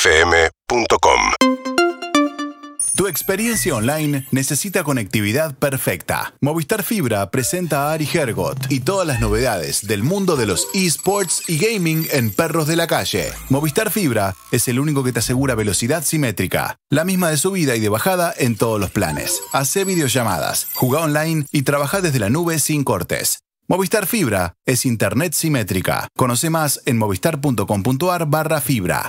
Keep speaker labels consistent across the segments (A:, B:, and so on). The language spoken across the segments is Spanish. A: UrbanaPlayFM.com
B: Tu experiencia online necesita conectividad perfecta. Movistar Fibra presenta a Ari Hergot y todas las novedades del mundo de los esports y gaming en perros de la calle. Movistar Fibra es el único que te asegura velocidad simétrica, la misma de subida y de bajada en todos los planes. Hacé videollamadas, jugá online y trabaja desde la nube sin cortes. Movistar Fibra es internet simétrica. Conoce más en movistar.com.ar barra fibra.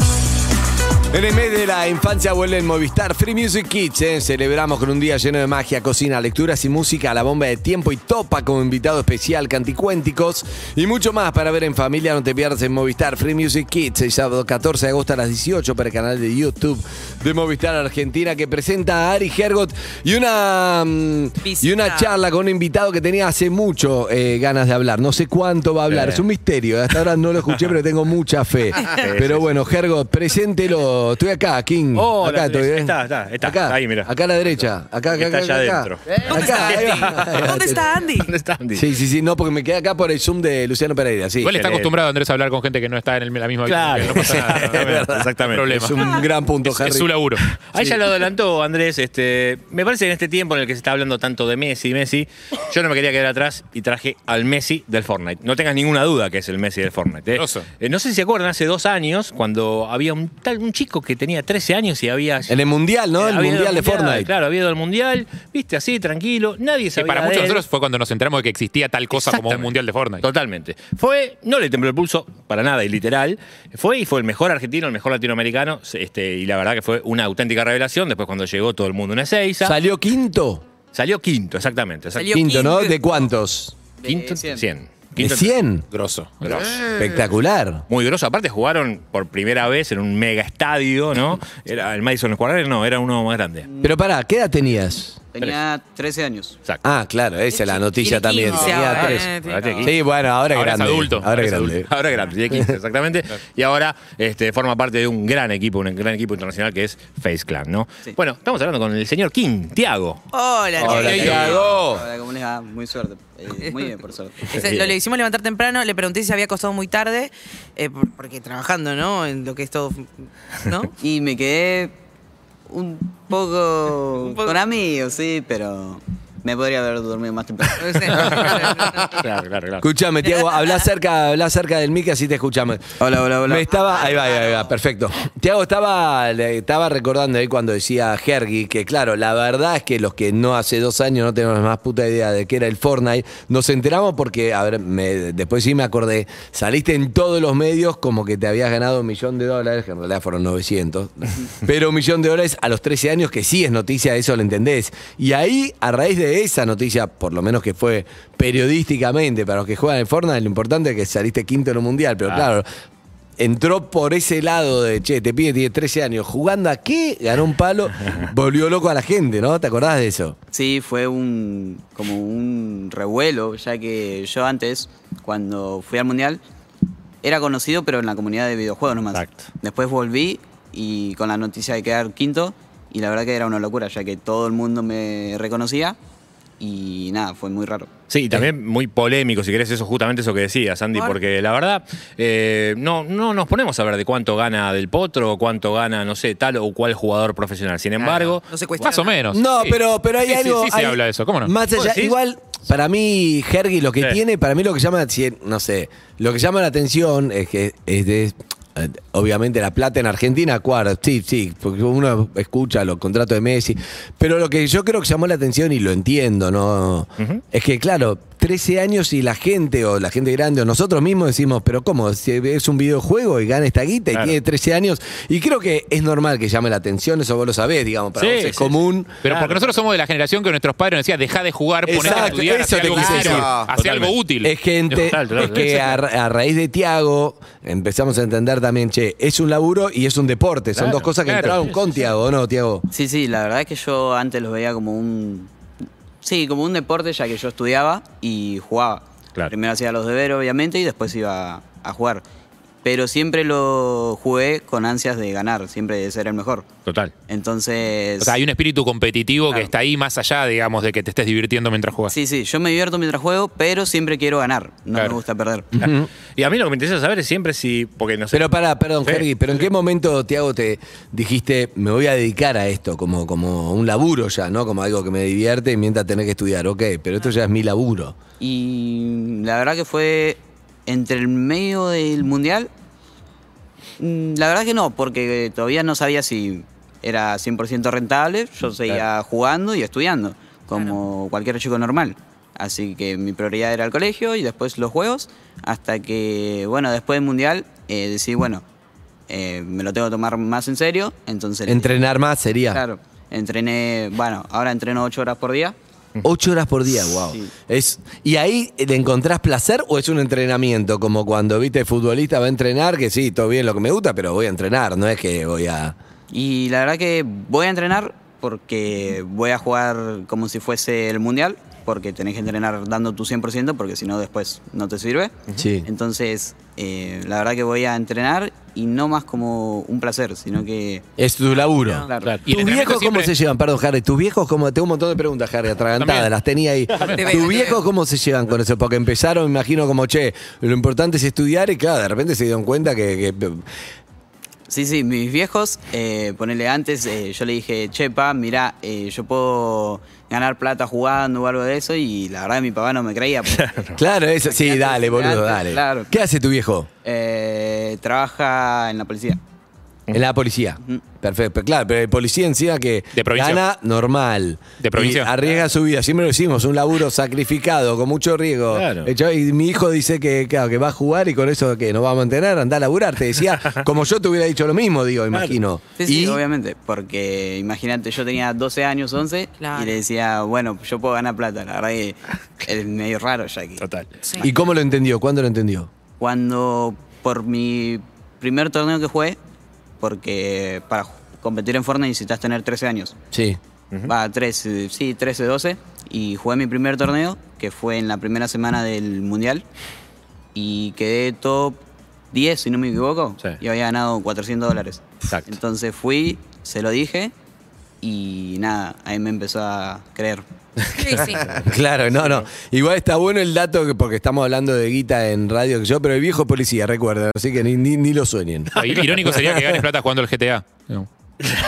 C: En el mes de la infancia vuelve el Movistar Free Music Kitchen. Celebramos con un día lleno de magia, cocina, lecturas y música, la bomba de tiempo y topa como invitado especial, canticuénticos y mucho más para ver en familia. No te pierdas en Movistar Free Music Kids el sábado 14 de agosto a las 18 para el canal de YouTube de Movistar Argentina que presenta a Ari Hergot y una, mm, y
D: Visita.
C: una charla con un invitado que tenía hace mucho eh, ganas de hablar. No sé cuánto va a hablar, es un misterio. Hasta ahora no lo escuché, pero tengo mucha fe. Pero bueno, Hergot, preséntelo. Estoy acá, King.
E: Hola,
C: acá estoy.
E: Andrés.
C: ¿eh?
E: Está, está, está.
C: Acá,
E: Ahí, mirá.
C: Acá a la derecha. Acá, acá, acá,
E: Está allá
C: acá.
E: adentro.
D: Eh, ¿Dónde
C: Acá,
D: está
C: ahí va.
D: Andy? ¿Dónde está Andy?
E: ¿Dónde está Andy?
C: Sí, sí, sí, no, porque me quedé acá por el Zoom de Luciano Pereira, sí.
F: Igual está
E: Excelente.
F: acostumbrado Andrés a hablar con gente que no está en el- la misma
E: Claro.
F: habitación, que no pasa nada, no, no, no, no hay
E: Exactamente.
F: problema.
C: Es un gran punto,
F: Es-
C: Harry.
F: es su laburo.
E: Ahí ya lo adelantó Andrés. Este, me parece que en este tiempo en el que se está hablando tanto de Messi, Messi, yo no me quería quedar atrás y traje al Messi del Fortnite. No tengas ninguna duda que es el Messi del Fortnite. ¿eh?
F: Grosso.
E: Eh, no sé si se acuerdan, hace dos años, cuando había un tal un chico que tenía 13 años y había.
C: En el Mundial, ¿no? El
E: había ido
C: Mundial
E: al
C: de Fortnite.
E: Claro, había ido al mundial, viste, así, tranquilo. Nadie
F: Que
E: sabía.
F: para muchos
E: de
F: de
E: él.
F: nosotros fue cuando nos enteramos de que existía tal cosa como un
E: Exactamente.
F: mundial de Fortnite.
E: Totalmente. Fue, no le tembló el pulso para nada y literal. Fue y fue el mejor argentino, el mejor latinoamericano. Este, y la verdad que fue una auténtica revelación. Después, cuando llegó todo el mundo una seiza.
C: ¿Salió quinto?
E: salió quinto, exactamente. exact-
D: Salió
C: Quinto, ¿no?
D: quinto.
C: ¿De cuántos?
E: quinto, 100.
C: ¿De
E: Quinto- Eh.
C: 100?
F: Grosso.
E: grosso.
C: Espectacular.
E: Muy grosso. Aparte, jugaron por primera vez en un mega estadio, ¿no? Era el Madison Square Garden, no, era uno más grande.
C: Pero pará, ¿qué edad tenías?
G: Tenía 13 años.
E: Exacto.
C: Ah, claro, esa es la noticia también.
D: Tiene 15
C: Tenía
D: ahora,
C: tres.
D: eh, tiene-
E: Ahora tiene
C: Sí, bueno, ahora,
F: Ahora es
C: grande.
F: adulto,
C: Ahora
F: ahora es
C: grande.
E: Ahora grande, tiene 15, exactamente. Y ahora este, forma parte de un gran equipo, un gran equipo internacional que es Face Clan, ¿no?
G: Sí.
E: Bueno, estamos hablando con el señor King, Tiago.
D: Hola,
C: Hola,
D: Tiago.
C: Tiago.
G: Hola, ¿cómo les va? Muy suerte. Eh, muy bien, por suerte.
D: Ese- Lo le hicimos levantar temprano, le pregunté si se había acostado muy tarde, eh, por- porque trabajando, ¿no? En lo que es todo, ¿no?
G: Y me quedé un poco,
D: Un poco-
G: con amigos, sí, pero me podría haber dormido más temprano.
D: No sé, no, no, no.
E: Claro, claro, claro.
C: Escuchame, Tiago, habla cerca, habla cerca del mic así te escuchamos.
G: Hola, hola, hola.
C: Me estaba, ahí va, ahí va, ahí va, perfecto. Tiago estaba, le estaba recordando ahí cuando decía Hergy que claro, la verdad es que los que no hace dos años no tenemos la más puta idea de qué era el Fortnite, nos enteramos porque, a ver, me- después sí me acordé, saliste en todos los medios como que te habías ganado un millón de dólares, que en realidad fueron 900, pero un millón de dólares a los 13 años que sí es noticia, eso lo entendés. Y ahí, a raíz de esa noticia, por lo menos que fue periodísticamente, para los que juegan en Fortnite, lo importante es que saliste quinto en un mundial, pero claro Entró por ese lado de, che, te pide, tiene 13 años, jugando aquí, ganó un palo, volvió loco a la gente, ¿no? ¿Te acordás de eso?
G: Sí, fue un como un revuelo, ya que yo antes, cuando fui al Mundial, era conocido, pero en la comunidad de videojuegos nomás.
E: Exacto.
G: Después volví y con la noticia de quedar quinto, y la verdad que era una locura, ya que todo el mundo me reconocía y nada, fue muy raro.
E: Sí, y también muy polémico, si querés, eso justamente eso que decías, Andy,
D: ¿Por?
E: porque la verdad, eh, no, no nos ponemos a ver de cuánto gana Del Potro o cuánto gana, no sé, tal o cual jugador profesional. Sin embargo,
D: No se cuestiona.
F: Más o menos.
C: No,
F: sí.
C: pero, pero hay
F: Sí, sí,
C: algo.
F: Sí, se
C: hay-
F: habla de eso, ¿cómo no?
C: Más
E: ¿Vos
C: allá,
E: decís?
C: igual, para mí, Hergy, lo que
E: Sí.
C: tiene, para mí lo que llama, si- no sé, lo que llama la atención es que es de. eh, Obviamente la plata en Argentina, cuarto, sí, sí, porque uno escucha los contratos de Messi, pero lo que yo creo que llamó la atención y lo entiendo, ¿no? Es que, claro, 13 años y la gente, o la gente grande, o nosotros mismos decimos, pero ¿cómo? Si Es un videojuego y gana esta guita
E: Claro.
C: y tiene 13 años, y creo que es normal que llame la atención, eso vos lo sabés, digamos, para
E: Sí,
C: vos es
E: sí,
C: común.
F: Pero porque nosotros somos de la generación que nuestros padres nos decían, deja de jugar, ponete
C: Exacto,
F: a estudiar,
C: eso
F: hacé
C: te
F: algo
C: quise
F: útil.
C: decir.
F: Hacé algo
E: Totalmente.
F: útil.
C: Es que, ente-
E: Total, total,
C: es que a, ra- a raíz de Tiago empezamos a entender también, che, es un laburo y es un deporte. Son
E: Claro,
C: dos cosas que
F: claro.
C: entraron con Tiago, ¿no, Tiago?
G: Sí, sí, la verdad es que yo antes los veía como un. Sí, como un deporte, ya que yo estudiaba y jugaba.
E: Claro.
G: Primero hacía los deberes, obviamente, y después iba a jugar. pero siempre lo jugué con ansias de ganar, siempre de ser el mejor.
E: Total.
G: Entonces...
F: O sea, hay un espíritu competitivo que
G: Claro.
F: está ahí más allá, digamos, de que te estés divirtiendo mientras juegas.
G: Sí, sí, yo me divierto mientras juego, pero siempre quiero ganar. No
F: Claro.
G: me gusta perder.
E: Y a mí lo que me interesa saber es siempre si. Porque no sé.
C: Pero pará, perdón,
E: Sí.
C: Jergi, pero ¿en qué momento, Tiago, te dijiste, me voy a dedicar a esto como, como un laburo ya, ¿no? Como algo que me divierte mientras tener que estudiar, ok, pero esto ya es mi laburo.
G: Y la verdad que fue entre el medio del mundial. Mm, La verdad que no, porque eh, todavía no sabía si era 100% rentable. Yo seguía jugando y estudiando, como cualquier chico normal. Así que mi prioridad era el colegio y después los juegos, hasta que, bueno, después del mundial eh, decidí, bueno, eh, me lo tengo que tomar más en serio. Entonces,
C: Entrenar más sería.
G: claro, entrené, bueno, ahora entreno 8 horas por día.
C: Ocho horas por día, wow.
G: Sí.
C: Es, ¿Y ahí le encontrás placer o es un entrenamiento? Como cuando viste el futbolista va a entrenar, que sí, todo bien lo que me gusta, pero voy a entrenar, no es que voy a.
G: Y la verdad que voy a entrenar porque voy a jugar como si fuese el mundial, porque tenés que entrenar dando tu 100%, porque si no después no te sirve.
C: Sí.
G: Entonces, eh, la verdad que voy a entrenar y no más como un placer, sino que... Ah,
C: Es tu laburo.
G: Claro.
F: Claro. Y el
C: ¿Tus
F: entrenamiento
C: viejos cómo
F: siempre-
C: se llevan? Perdón, Harry. ¿Tus viejos cómo? Tengo un montón de preguntas, Harry, atragantadas,
F: También.
C: las tenía ahí.
D: Te veo,
C: ¿Tus
D: te
C: viejos
D: veo.
C: cómo se llevan con eso? Porque empezaron, me imagino, como, che, lo importante es estudiar y claro, de repente se dieron cuenta que... que-
G: Sí, sí, mis viejos, eh, ponele antes, eh, yo le dije, chepa, mirá, eh, yo puedo ganar plata jugando o algo de eso, y la verdad que mi papá no me creía. porque,
C: claro, eso, sí,
G: Antes,
C: dale, boludo,
G: antes,
C: dale.
G: claro.
C: ¿Qué hace tu viejo?
G: eh, trabaja en la policía.
C: En la policía. Perfecto. Pero Claro, pero el policía encima que
F: De provincia.
C: gana normal.
F: De provincia.
C: Y arriesga su vida. Siempre lo decimos, un laburo sacrificado, con mucho riesgo.
E: Claro.
C: El chavo- Y mi hijo dice que, claro, que va a jugar y con eso que no va a mantener, anda a laburar. Te decía, como yo te hubiera dicho lo mismo, digo, imagino.
G: Sí, sí,
C: Y-
G: obviamente, porque imagínate, yo tenía 12 años, 11,
D: Claro.
G: y le decía, bueno, yo puedo ganar plata, la verdad que es medio raro ya que...
E: Total.
C: ¿Y cómo lo entendió? ¿Cuándo lo entendió?
G: Cuando por mi primer torneo que jugué, porque para ju- competir en Fortnite necesitas tener 13 años,
C: Sí.
G: va, 13, sí, 13, 12, y jugué mi primer torneo, que fue en la primera semana del Mundial, y quedé top 10, si no me equivoco,
E: Sí.
G: y había ganado 400 dólares.
E: Exacto.
G: Entonces fui, se lo dije y nada, ahí me empezó a creer.
H: Sí, sí.
C: Claro, no, no. Igual está bueno el dato que- porque estamos hablando de guita en radio que yo, pero el viejo policía, recuerden, así que ni, ni, ni lo sueñen.
F: Lo Irónico sería que ganes plata jugando al GTA. No,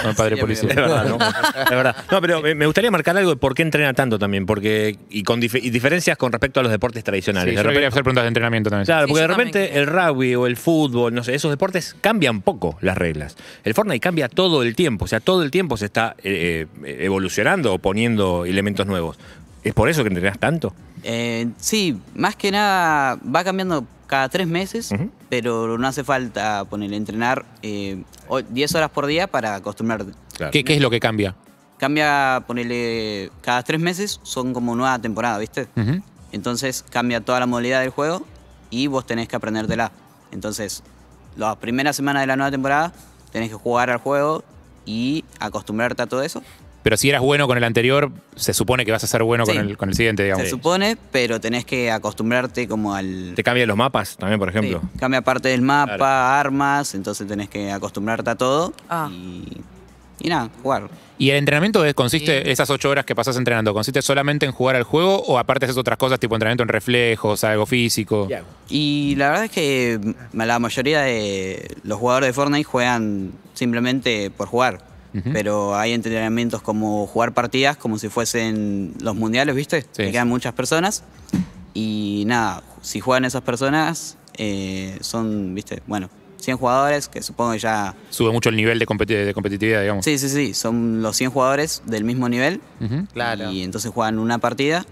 F: No, padre
G: Sí,
E: Es
F: policía.
G: amigo.
E: verdad, ¿no? Es verdad. No, pero me me gustaría marcar algo de por qué entrena tanto también, porque y con dife- y diferencias con respecto a los deportes
F: Sí,
E: tradicionales.
F: yo
E: De
F: le quería
E: repente-
F: hacer preguntas de entrenamiento también.
E: Claro,
D: Sí,
E: porque
D: yo
E: de repente
D: también.
E: el rugby o el fútbol, no sé, esos deportes cambian poco las reglas. El Fortnite cambia todo el tiempo, o sea, todo el tiempo se está eh, eh, evolucionando o poniendo elementos nuevos. ¿Es por eso que entrenás tanto?
G: Eh, sí, más que nada va cambiando cada tres meses,
E: Ujú.
G: pero no hace falta ponerle entrenar eh, o- 10 horas por día para acostumbrarte.
F: ¿Qué, qué es lo que cambia?
G: Cambia, ponerle cada tres meses, son como nueva temporada, ¿viste?
E: Mm.
F: Ujú.
G: Entonces cambia toda la modalidad del juego y vos tenés que aprendértela. Entonces, la primera semana de la nueva temporada tenés que jugar al juego y acostumbrarte a todo eso.
F: Pero si eras bueno con el anterior, se supone que vas a ser bueno
G: Sí.
F: con, el, con el siguiente, digamos.
G: Se supone, pero tenés que acostumbrarte como al...
E: ¿Te cambian los mapas también, por ejemplo?
G: Sí, cambia parte del mapa,
E: Claro.
G: armas, entonces tenés que acostumbrarte a todo
D: Ah.
G: y, y nada, jugar.
F: ¿Y el entrenamiento es- consiste, esas ocho horas que pasas entrenando, consiste solamente en jugar al juego o aparte haces otras cosas, tipo entrenamiento en reflejos, algo físico?
G: Y la verdad es que la mayoría de los jugadores de Fortnite juegan simplemente por jugar. Pero hay entrenamientos como jugar partidas, como si fuesen los mundiales, ¿viste? Que quedan muchas personas. Y nada, si juegan esas personas, eh, son, ¿viste? Bueno, 100 jugadores, que supongo que ya
F: Sube mucho el nivel de, competi- de competitividad, digamos.
G: Sí, sí, sí, son los 100 jugadores del mismo nivel.
F: Ujú.
G: Claro. Y entonces juegan una partida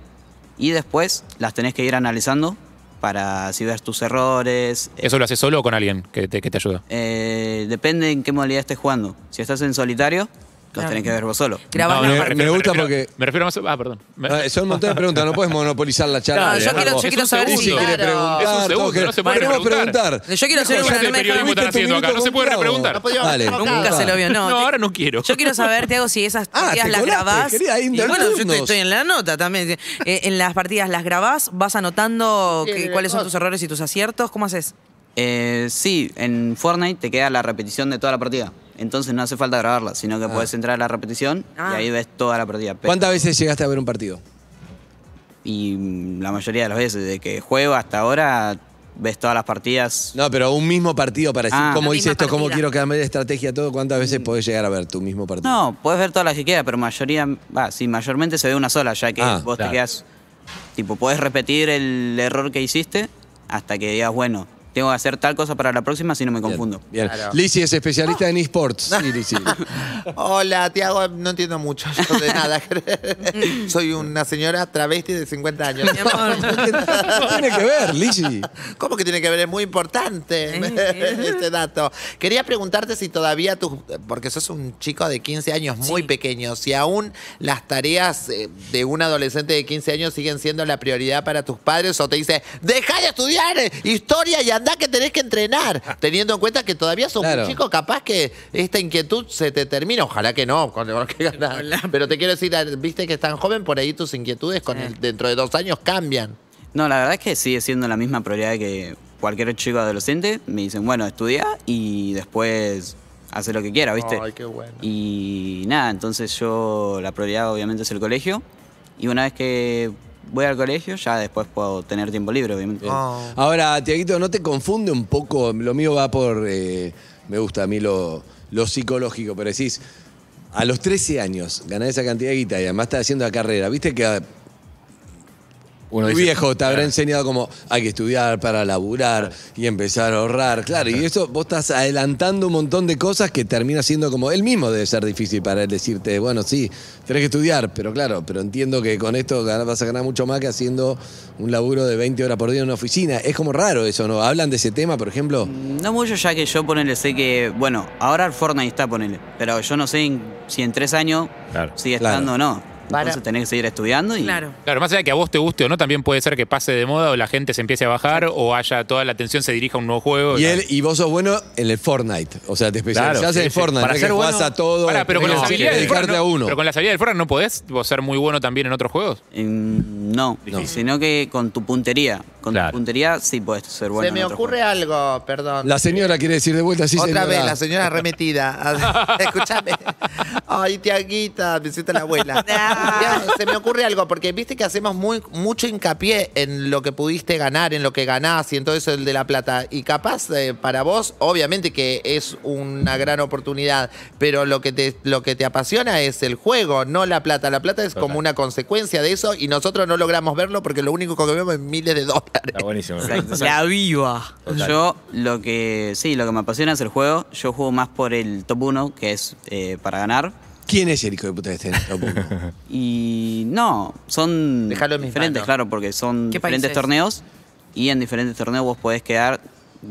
G: y después las tenés que ir analizando para así ver tus errores.
F: ¿Eso lo haces solo o con alguien que te, que te ayuda?
G: Eh, depende en qué modalidad estés jugando. Si estás en solitario, los
D: Claro.
G: tenés que ver vos solo.
D: Grabás
C: No, eh,
D: la
C: me-
D: parte.
C: me gusta
F: refiero-
C: porque-
F: Me refiero más. Ah, perdón. Me-
C: Ah, Son un montón de preguntas, no puedes monopolizar la charla.
D: No, yo
C: Algo.
D: quiero- yo
C: Es un
D: quiero saber
C: segundo
D: si-
C: quiere
D: Claro.
C: preguntar,
F: Es un segundo,
C: todos
F: no se puede
C: queremos
F: preguntar.
C: preguntar.
D: Yo quiero hacer
C: Mejor
D: una,
C: ya te
D: no me dejan.
F: periodismo están
C: tuviste
F: haciendo
C: tu
F: acá, no
C: minuto
F: se puede
C: con
F: repreguntar.
C: Bravo.
F: No podíamos
C: Dale,
D: Nunca se lo vio, no.
F: No,
D: te-
F: ahora no quiero.
D: Yo quiero saber, Tiago, si esas
C: Ah,
D: partidas
C: te
D: las
C: colaste,
D: grabás.
C: quería ir
D: Y
C: de
D: bueno, yo
C: turnos.
D: estoy, estoy en la nota también. Eh, en las partidas las grabás, vas anotando que- cuáles son tus errores y tus aciertos. ¿Cómo haces?
G: Eh, sí, en Fortnite te queda la repetición de toda la partida. Entonces no hace falta grabarla, sino
C: Ah.
G: que puedes entrar a la repetición
D: Ah.
G: y ahí ves toda la partida. Pe-
C: ¿Cuántas veces llegaste a ver un partido?
G: Y mm, la mayoría de las veces, de que juego hasta ahora, ves todas las partidas.
C: No, pero un mismo partido para decir
G: Ah.
C: cómo
D: La
C: hice
D: misma
C: esto, cómo
D: partida.
C: quiero cambiar de estrategia, todo. ¿Cuántas veces podés llegar a ver tu mismo partido?
G: No, puedes ver todas las que quieras, pero mayoría, va, sí, mayormente se ve una sola, ya que
C: Ah,
G: vos
E: claro.
G: te quedas, tipo, puedes repetir el error que hiciste hasta que digas, bueno, tengo que hacer tal cosa para la próxima si no me
C: Bien,
G: confundo.
C: Bien. Lizzy es especialista en esports. Sí, Lizzy.
H: Hola, Tiago, no entiendo mucho yo de nada. Soy una señora travesti de 50 años.
D: Mi amor.
C: ¿Qué tiene que ver, Lizzy?
H: ¿Cómo que tiene que ver? Es muy importante
G: Eh,
H: este dato. Quería preguntarte si todavía tú, porque sos un chico de 15 años muy pequeño, si aún las tareas eh, de un adolescente de 15 años siguen siendo la prioridad para tus padres o te dice, deja de estudiar eh, historia y andá que tenés que entrenar, teniendo en cuenta que todavía sos
C: Claro.
H: un chico capaz que esta inquietud se te termina. Ojalá que no, con con que ganas. Pero te quiero decir, viste que es tan joven, por ahí tus inquietudes con el- dentro de dos años cambian.
G: No, la verdad es que sigue siendo la misma prioridad que cualquier chico adolescente. Me dicen, bueno, estudia y después hace lo que quiera, ¿viste?
H: Ay, qué bueno.
G: Y nada, entonces yo la prioridad obviamente es el colegio. Y una vez que voy al colegio, ya después puedo tener tiempo libre, obviamente.
H: Oh.
C: Ahora, Tiaguito, ¿no te confunde un poco? Lo mío va por. eh, me gusta a mí lo, lo psicológico, pero decís. A los 13 años, ganar esa cantidad de guita y además estás haciendo la carrera. Viste que ah,
E: Uno
C: tu
E: dice, "Ah".
C: viejo te habrá
E: claro.
C: enseñado como hay que estudiar para laburar y empezar a ahorrar. Claro, y eso vos estás adelantando un montón de cosas que termina siendo como él mismo debe ser difícil para él decirte, bueno, sí, tenés que estudiar, pero claro, pero entiendo que con esto gan- vas a ganar mucho más que haciendo un laburo de 20 horas por día en una oficina. Es como raro eso, ¿no? Hablan de ese tema, por ejemplo.
G: No mucho, ya que yo ponele, sé que, bueno, ahora el Fortnite está, ponele. Pero yo no sé en- si en tres años
E: Claro.
G: sigue
C: Claro.
G: estando o no.
H: Para-
G: Entonces tenés que seguir estudiando y...
D: Claro.
F: Claro, más allá de que a vos te guste o no, también puede ser que pase de moda o la gente se empiece a bajar o haya toda la atención se dirija a un nuevo juego.
C: Y, él, y vos sos bueno en el Fortnite. O sea, te especializás
E: Claro,
C: en
E: sí,
C: el
E: sí.
C: Fortnite.
E: Para
C: no es
E: ser
C: que jugás
E: bueno-
C: a todo.
F: Pará, pero con
C: tenés
F: las
C: que
F: habilidades del Fortnite,
C: dedicarte a
F: no-
C: uno.
F: Pero con las habilidades del Fortnite no podés tipo, ser muy bueno también en otros juegos.
G: Em, No, sino que con tu puntería. Con
E: Claro.
G: tu puntería sí puedes ser bueno.
H: Se
G: en
H: me
G: otro
H: ocurre
G: juego.
H: algo, perdón.
C: La señora quiere decir de vuelta, sí,
H: Otra
C: señora.
H: vez, la señora arremetida. Ah, Escúchame. Ay, Tiaguita, me siento la abuela. Ya, Se me ocurre algo, porque viste que hacemos muy, mucho hincapié en lo que pudiste ganar, en lo que ganás y en todo eso el de la plata. Y capaz eh, para vos, obviamente que es una gran oportunidad, pero lo que, te, lo que te apasiona es el juego, no la plata. La plata es como una consecuencia de eso y nosotros no logramos verlo porque lo único que vemos es miles de dólares.
E: Está buenísimo.
G: Exacto, La viva. Yo lo que sí, lo que me apasiona es el juego. Yo juego más por el top 1, que es eh, para ganar.
C: ¿Quién es el hijo de puta de este? No, poco.
G: Y no, son
H: Déjalo en mis
G: diferentes,
H: manos.
G: claro, porque son
D: ¿Qué
G: diferentes
D: países?
G: torneos y en diferentes torneos vos podés quedar,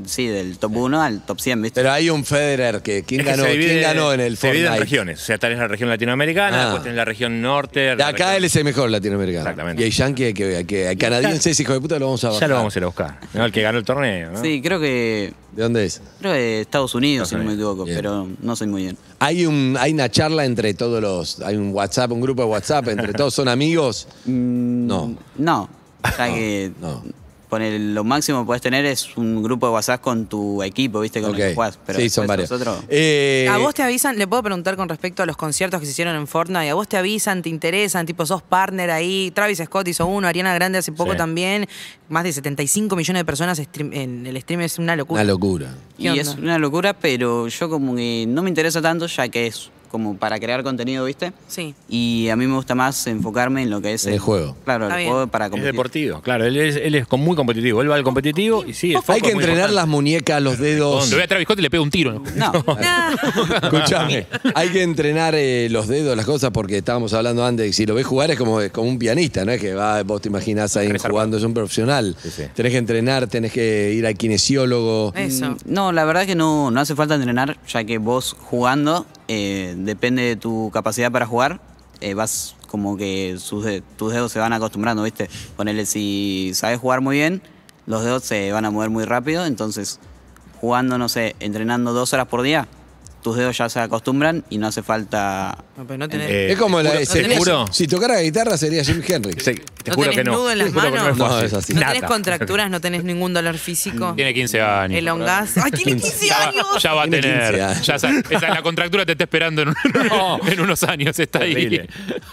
G: sí, del top 1 al top 100, ¿viste?
C: Pero hay un Federer que quién
E: Es que
C: ganó,
E: se divide-
C: quién ganó en el
E: Se divide en
C: Fortnite.
E: regiones. O sea, tal es la región latinoamericana,
C: Ah.
E: después tenés la región norte.
C: De
E: la
C: acá él
E: región-
C: es el mejor latinoamericano.
E: Exactamente.
C: Y hay yankee que, que hay canadiense, ese hijo de puta lo vamos a bajar.
E: Ya lo vamos a ir a buscar. ¿no? El que ganó el torneo, ¿no?
G: Sí, creo que
C: ¿De dónde es?
G: creo que Estados Unidos, si no me equivoco,
C: Bien.
G: pero no soy muy bien.
C: Hay un, hay una charla entre todos los, hay un WhatsApp, un grupo de WhatsApp, entre todos son amigos. No.
G: Mm, No, o sea que
C: no.
G: poner lo máximo que podés tener es un grupo de WhatsApp con tu equipo, ¿viste? Con el que
C: Ok.
G: jugás. Pero
C: sí, son
G: después
C: varios.
G: nosotros-
C: Eh,
D: ¿A vos te avisan? Le puedo preguntar con respecto a los conciertos que se hicieron en Fortnite. ¿A vos te avisan, te interesan? Tipo, sos partner ahí. Travis Scott hizo uno, Ariana Grande hace poco
E: Sí.
D: también. Más de 75 millones de personas stream- en el stream es una locura.
C: Una locura.
D: ¿Qué
G: Y
D: onda?
G: es una locura, pero yo como que no me interesa tanto, ya que es como para crear contenido, ¿viste?
D: Sí.
G: Y a mí me gusta más enfocarme en lo que es
C: En el juego.
G: Claro,
D: Está
G: el
D: bien.
G: juego para
E: Es
G: competir.
E: deportivo, claro. Él es, él es con- muy competitivo. Él va al competitivo y sí. el foco
C: Hay que
E: es muy
C: entrenar las
E: importante.
C: muñecas, los dedos.
F: Lo voy a Travis Scott y le pego un tiro.
G: No,
D: Nah.
C: Escuchame, hay que entrenar eh, los dedos, las cosas, porque estábamos hablando antes, y si lo ves jugar es como, es como un pianista, ¿no? Es que va, vos te imaginás ahí jugando, es un profesional.
E: sí.
C: Tenés que entrenar, tenés que ir al kinesiólogo.
D: Eso.
G: Mm, no, la verdad que no, no hace falta entrenar, ya que vos jugando, eh, depende de tu capacidad para jugar, eh, vas como que sus de- tus dedos se van acostumbrando, ¿viste? Ponele, si sabes jugar muy bien, los dedos se van a mover muy rápido, entonces jugando, no sé, entrenando dos horas por día, tus dedos ya se acostumbran y no hace falta.
D: No, pero no tenés,
E: Eh,
C: es como la.
E: te juro-
C: sería-
E: te juro,
C: Si tocara guitarra sería Jimi Hendrix.
E: sí, te
D: no
E: juro
D: tenés
E: que no.
D: nudo en las
E: Te juro que
D: manos.
E: No, es fácil.
C: No, es así.
D: no
E: Nada.
D: tenés contracturas, no tenés ningún dolor físico.
F: Tiene 15 años.
D: Elongás. ¡Ay, tiene 15 años!
F: Ya va a
C: Tiene 15
F: tener.
C: años.
F: Ya sa- esa, la contractura te está esperando en, un-
E: No.
F: en unos años. Está ahí.
E: Terrible.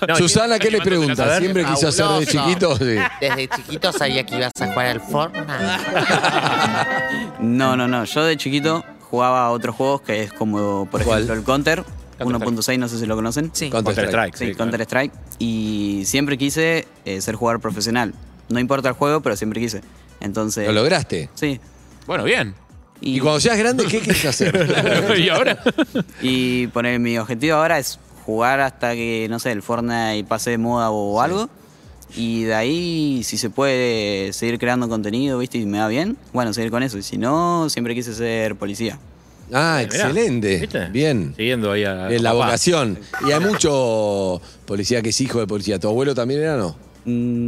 E: No,
C: Susana, ¿qué le
F: Animándote a
C: pregunta?
F: saber.
C: ¿Siempre quiso ser de
H: Fabuloso.
C: chiquito? Sí.
H: Desde chiquito sabía que ibas a jugar al
F: Ah,
H: Fortnite.
G: No, no, no. Yo de chiquito jugaba a otros juegos que es como, por
C: ¿Cuál?
G: ejemplo, el Counter 1.6, no sé si lo conocen.
D: Sí.
C: Counter
E: Counter
C: Strike.
E: Strike.
G: Sí,
E: sí,
G: Counter Strike. Y siempre quise eh, ser jugador profesional. No importa el juego, pero siempre quise. Entonces.
C: Lo lograste.
G: Sí.
F: Bueno, bien.
C: Y cuando seas grande, ¿qué quieres hacer?
F: ¿Y ahora?
G: Y poner mi objetivo ahora es jugar hasta que, no sé, el Fortnite pase de moda o algo. Y de ahí, si se puede seguir creando contenido, ¿viste? Y me va bien, bueno, seguir con eso. Y si no, siempre quise ser policía.
C: Ah,
E: Mirá,
C: excelente.
E: ¿viste?
C: Bien.
E: Siguiendo ahí a.
C: Es la
E: a papá.
C: vocación. Y hay mucho policía que es hijo de policía. ¿Tu abuelo también era no?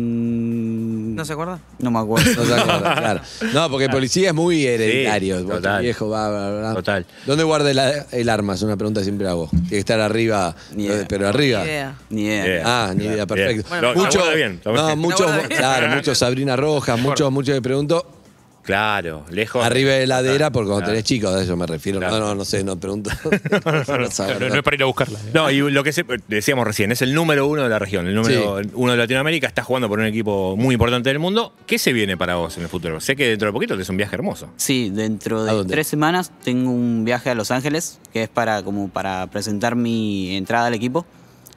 G: Mm,
D: ¿No se acuerda?
G: no me acuerdo.
C: No, se acuerda, claro. no porque policía es muy hereditario.
E: Sí,
C: Vos, tu
E: total.
C: viejo va, va, va.
E: Total.
C: ¿Dónde guarda el, el arma? Es una pregunta que siempre hago. Tiene que estar arriba,
G: Ni idea.
C: pero arriba.
D: Ni idea.
G: Ni idea.
E: Yeah.
C: Ah, ni idea, perfecto.
E: Bien. Bueno, la guarda bien, la guarda
C: no,
E: bien.
C: muchos,
D: La guarda bien.
C: claro, muchos Sabrina Rojas, muchos, muchos que pregunto
E: Claro, lejos. Ah.
C: arriba de la heladera,
E: Claro,
C: porque cuando
E: claro.
C: tenés chicos, a eso me refiero.
E: Claro.
C: No, no, no sé, no pregunto. No sabe,
F: No, no
C: no.
F: es para ir a buscarla. ¿eh?
E: No, y lo que se- decíamos recién, es el número uno de la región, el número uno de Latinoamérica, está jugando por un equipo muy importante del mundo. ¿Qué se viene para vos en el futuro? Sé que dentro de poquito es un viaje hermoso.
G: Sí, dentro
C: ¿A
G: de
C: dónde?
G: tres semanas tengo un viaje a Los Ángeles, que es para como para presentar mi entrada al equipo.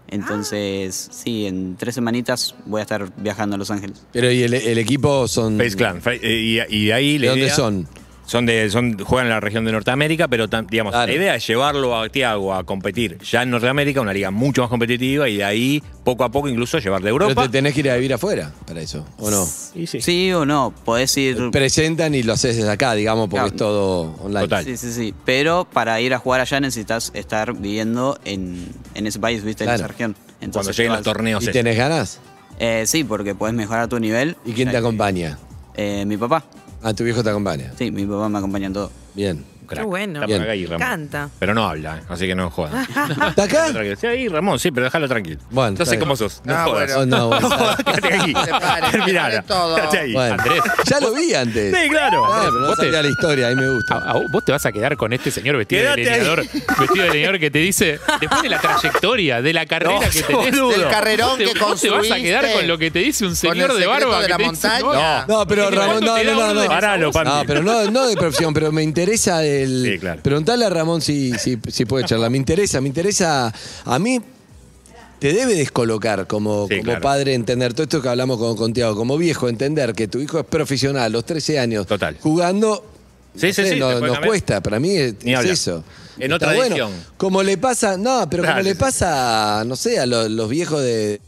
G: Entonces, sí, en tres semanitas voy a estar viajando a Los Ángeles.
C: Pero y el, el equipo son.
E: Face Clan. Fa- eh, Y, y ahí
C: ¿De
E: la
C: dónde
E: idea-
C: son?
E: Mm. Son de, son, juegan en la región de Norteamérica, pero tam- digamos,
C: Claro.
E: la idea es llevarlo a Tiago a competir ya en Norteamérica, una liga mucho más competitiva, y de ahí, poco a poco, incluso llevar de
C: Pero
E: Europa.
C: te tenés que ir a vivir afuera para eso, ¿o no?
E: Y sí.
G: Sí, o no, podés ir.
C: Presentan y lo haces desde acá, digamos, porque
G: Claro.
C: es todo online.
E: Total.
G: Sí, sí, sí. Pero para ir a jugar allá necesitas estar viviendo en, en ese país, viste, en
C: Claro.
G: esa región.
E: Cuando
G: Entonces,
E: lleguen
G: vas-
E: los torneos.
C: ¿Y
E: esos.
C: tenés ganas?
G: Eh, sí, porque podés mejorar tu nivel.
C: ¿Y quién te acompaña?
G: Eh, mi papá.
C: Ah, tu viejo te acompaña.
G: Sí, mi papá me acompaña en todo.
C: Bien.
E: Crack.
D: Qué bueno.
E: Está por
C: Bien.
E: acá ahí, Ramón.
D: Canta.
E: Pero no habla, ¿eh? así que no jodas.
C: ¿Está acá?
E: Tranquilo. Sí, ahí, Ramón, sí, pero déjalo tranquilo.
C: Bueno,
E: Entonces,
C: está bien.
E: ¿cómo sos? No
H: Ah,
E: jodas.
H: bueno.
C: Oh, no, bueno, está bien.
E: Quédate aquí.
H: pare,
E: Terminala.
H: pare todo.
E: Quédate ahí.
C: Bueno.
E: Andrés.
C: Ya lo vi antes.
E: Sí, claro.
C: Ah, pero no
F: Vos te- Ah.
C: sabía la historia, ahí me gusta.
F: ¿A- a vos- ¿Vos te vas a quedar con este señor vestido
E: Quédate
F: de leñador? Vestido de leñador que te dice, después de la trayectoria, de la carrera
E: No,
F: que tenés.
E: boludo.
F: vos te-
H: carrerón que
F: vos te vas a quedar
H: construiste.
F: con lo que te dice un
H: Con el
F: señor de
H: secreto
F: barba
H: de
F: que
H: la
F: te dice,
H: montaña.
C: No, pero
F: ¿Cuánto
C: Ramón,
F: te
C: no, no,
F: da
C: no,
F: uno
C: no.
F: de esas
E: Paralo,
F: bolsas?
E: Pampi.
C: No, Ah, pero no, no de profesión, pero me interesa el.
E: Sí, claro.
C: Preguntale a Ramón si, si, si puede charlar. Me interesa, me interesa. A mí te debe descolocar como,
E: Sí,
C: como
E: claro.
C: padre entender todo esto que hablamos con, con Tiago, como viejo, entender que tu hijo es profesional a los 13 años
E: Total.
C: jugando.
E: Sí,
C: no
E: sí,
C: sé,
E: sí,
C: no-
E: te puede
C: nos
E: cambiar.
C: cuesta, para mí es,
E: Ni
C: es
E: hablar.
C: eso.
E: En otra
C: bueno.
E: edición.
C: Como le pasa, no, pero
E: Claro,
C: como le
E: sí, sí.
C: pasa, no sé, a los, los viejos de,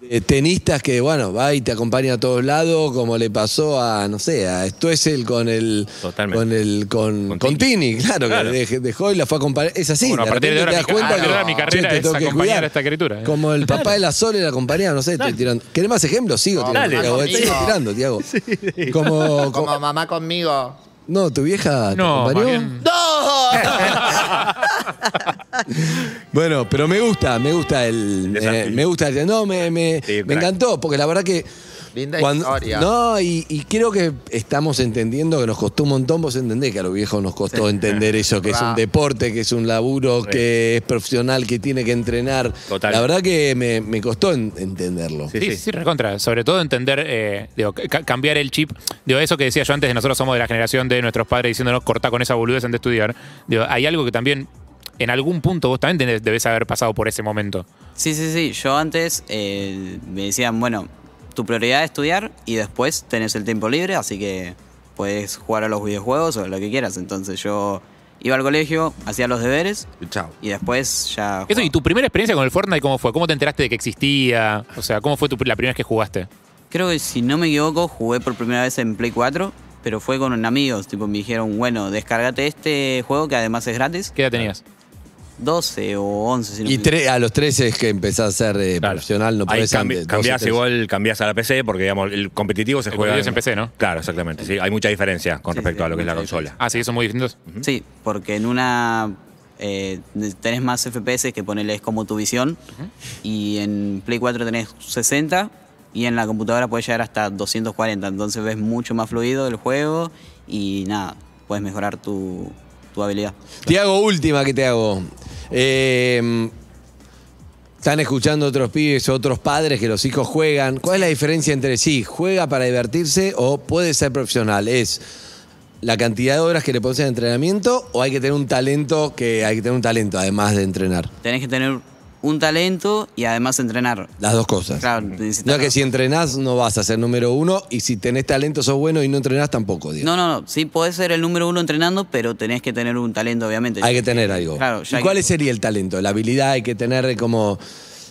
C: de tenistas que, bueno, va y te acompaña a todos lados, como le pasó a, no sé, a Stoessel con el.
E: Totalmente.
C: Con el. Con,
E: Con
C: con Tini, claro,
E: Claro.
C: que dej- dejó y la fue a acompañar. Es así,
F: Bueno, a partir de
C: repente
F: ahora mi ca- a partir de ahora
C: Ah,
F: mi
C: che,
F: carrera
C: te
F: es
C: tengo que
F: acompañar
C: cuidar.
F: a esta criatura, eh.
C: Como el papá de la Sol era acompañar, no sé, estoy tirando. ¿Querés más ejemplos? Sigo
H: Como
E: Dale.
C: tirando, Tiago.
H: conmigo.
C: Sigo tirando, Tiago. Como,
H: Como mamá conmigo.
C: No, tu vieja te
F: No, más
C: acompañó.
F: bien-
H: ¡No!
C: Bueno, pero me gusta, me gusta el.
E: Desafío.
C: eh, me gusta el. No, me, me,
E: Sí,
C: me
E: crack.
C: encantó, porque la verdad que.
H: Linda historia.
C: No, y, y creo que estamos entendiendo que nos costó un montón. Vos entendés que a los viejos nos costó entender eso, que es un
H: Claro.
C: deporte, que es un laburo,
E: Sí.
C: que es profesional, que tiene que entrenar.
E: Total.
C: La verdad que me, me costó en- entenderlo.
E: Sí,
F: Sí, sí,
E: sí.
F: sí, recontra. Sobre todo entender, eh, digo, ca- cambiar el chip. Digo, eso que decía yo antes, de nosotros somos de la generación de nuestros padres diciéndonos cortá con esa boludez antes de estudiar. Digo, hay algo que también, en algún punto, vos también tenés- debes haber pasado por ese momento.
G: Sí, sí, sí. Yo antes eh, me decían, bueno, tu prioridad es estudiar y después tenés el tiempo libre, así que puedes jugar a los videojuegos o lo que quieras. Entonces yo iba al colegio, hacía los deberes
H: Chao.
G: y después ya.
F: Eso,
G: jugaba.
F: ¿y tu primera experiencia con el Fortnite cómo fue? ¿Cómo te enteraste de que existía? O sea, ¿cómo fue tu, la primera vez que jugaste?
G: Creo que si no me equivoco, jugué por primera vez en Play 4, pero fue con un amigos. Tipo, me dijeron, bueno, descargate este juego que además es gratis.
F: ¿Qué edad tenías?
G: 12 o 11, si no me
C: Y
G: equivoco.
C: tre- a los 13 es que empezás a ser eh,
E: Claro.
C: profesional, no
E: Ahí
C: podés
E: cambi-
C: antes,
E: cambiás
C: 12, 13.
E: igual, cambiás a la PC, porque digamos, el competitivo se
F: El
E: juega.
F: competitivo es en PC, ¿no?
E: Claro, exactamente. Sí, hay mucha diferencia con
G: Sí,
E: respecto
G: sí,
E: a lo que es la
G: mucha
C: ¿Mm?
E: consola.
F: Ah, sí, son muy distintos.
G: Sí, porque en una eh, tenés más FPS que ponele es como tu visión. Y en Play 4 tenés 60 y en la computadora puedes llegar hasta 240. Entonces ves mucho más fluido el juego y nada, puedes mejorar tu, tu habilidad.
C: Te hago última que te hago. Eh, están escuchando otros pibes, otros padres que los hijos juegan. ¿Cuál es la diferencia entre sí? ¿Juega para divertirse o puede ser profesional? ¿Es la cantidad de horas que le pones en entrenamiento o hay que tener un talento que hay que tener un talento además de entrenar?
G: Tenés que tener un talento y además entrenar.
C: Las dos cosas.
G: Claro, necesitas-
C: No, que si entrenás no vas a ser número uno y si tenés talento sos bueno y no entrenás tampoco. digo.
G: No, no, no. Sí, podés ser el número uno entrenando, pero tenés que tener un talento, obviamente.
C: Hay que tener algo.
G: Claro, ya
C: ¿Y
G: que-
C: cuál sería el talento? La habilidad hay que tener como,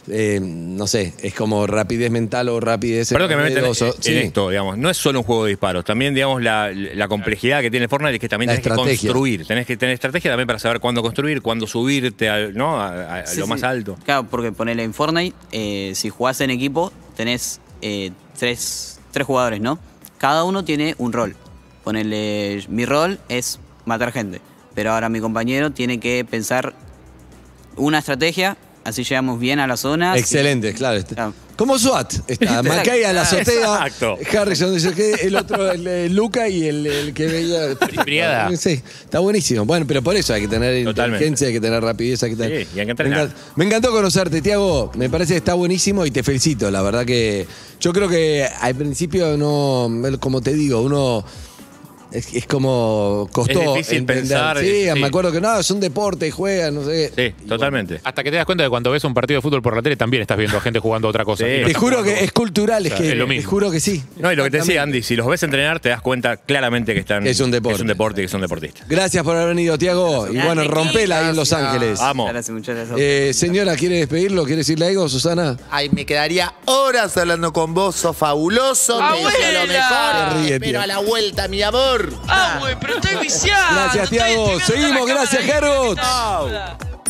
C: eh, no sé, es como rapidez mental o rapidez...
E: Perdón que me metan en,
C: o so- sí.
E: en esto, digamos. No es solo un juego de disparos. También, digamos, la, la complejidad que tiene el Fortnite es que también
C: La
E: tenés que
C: estrategia.
E: construir. Tenés que tener estrategia también para saber cuándo construir, cuándo subirte al, ¿no? a, a- a
G: Sí,
E: lo
G: sí.
E: más alto.
G: Claro, porque ponele en Fortnite, eh, si jugás en equipo, tenés eh, tres, tres jugadores, ¿no? Cada uno tiene un rol. Ponele, mi rol es matar gente, pero ahora mi compañero tiene que pensar una estrategia, así llegamos bien a la zona.
C: Excelente, claro. este-
G: Claro.
C: Como SWAT. Está Macay a la azotea.
E: Exacto.
C: Harrison, yo qué, el otro, el, eh, Luca y el, el que veía.
F: Brigada.
C: Sí, está buenísimo. Bueno, pero por eso hay que tener
E: Totalmente.
C: inteligencia, hay que tener rapidez, hay que tener.
E: Sí, y hay que
C: me,
E: entrenar.
C: encantó, me encantó conocerte, Tiago. Me parece que está buenísimo y te felicito. La verdad que yo creo que al principio no, como te digo, uno. Es, es como costó
E: Es difícil
C: entender.
E: pensar,
C: Sí,
E: es-
C: me
E: sí.
C: acuerdo que no, es un deporte, juegan, no sé qué.
E: Sí, totalmente.
F: Hasta que te das cuenta de cuando ves un partido de fútbol por la tele también estás viendo a gente jugando a otra cosa.
E: Sí.
F: Y no
C: Te
F: estás
C: juro
F: jugando-
C: que es cultural, es
F: O sea,
C: que
F: es lo
C: Te
F: mismo.
C: juro que sí.
E: No, y lo que te decía Andy, si los ves entrenar, te das cuenta claramente que están.
C: Que es un deporte.
E: que Es un deporte y que son deportistas.
C: Gracias por haber venido, Tiago. Y bueno,
D: Gracias.
C: rompela ahí en Los Ángeles.
E: Vamos.
G: Gracias, muchas gracias.
C: Eh, señora, ¿quiere despedirlo? ¿Quiere decirle algo, Susana?
H: Ay, me quedaría horas hablando con vos, sos fabuloso, te deseo lo
C: Te
H: mejor.
C: ríe,
H: Te
C: tío.
H: espero a la vuelta, mi amor.
C: Gracias, Tiago. Seguimos, gracias, Gergot.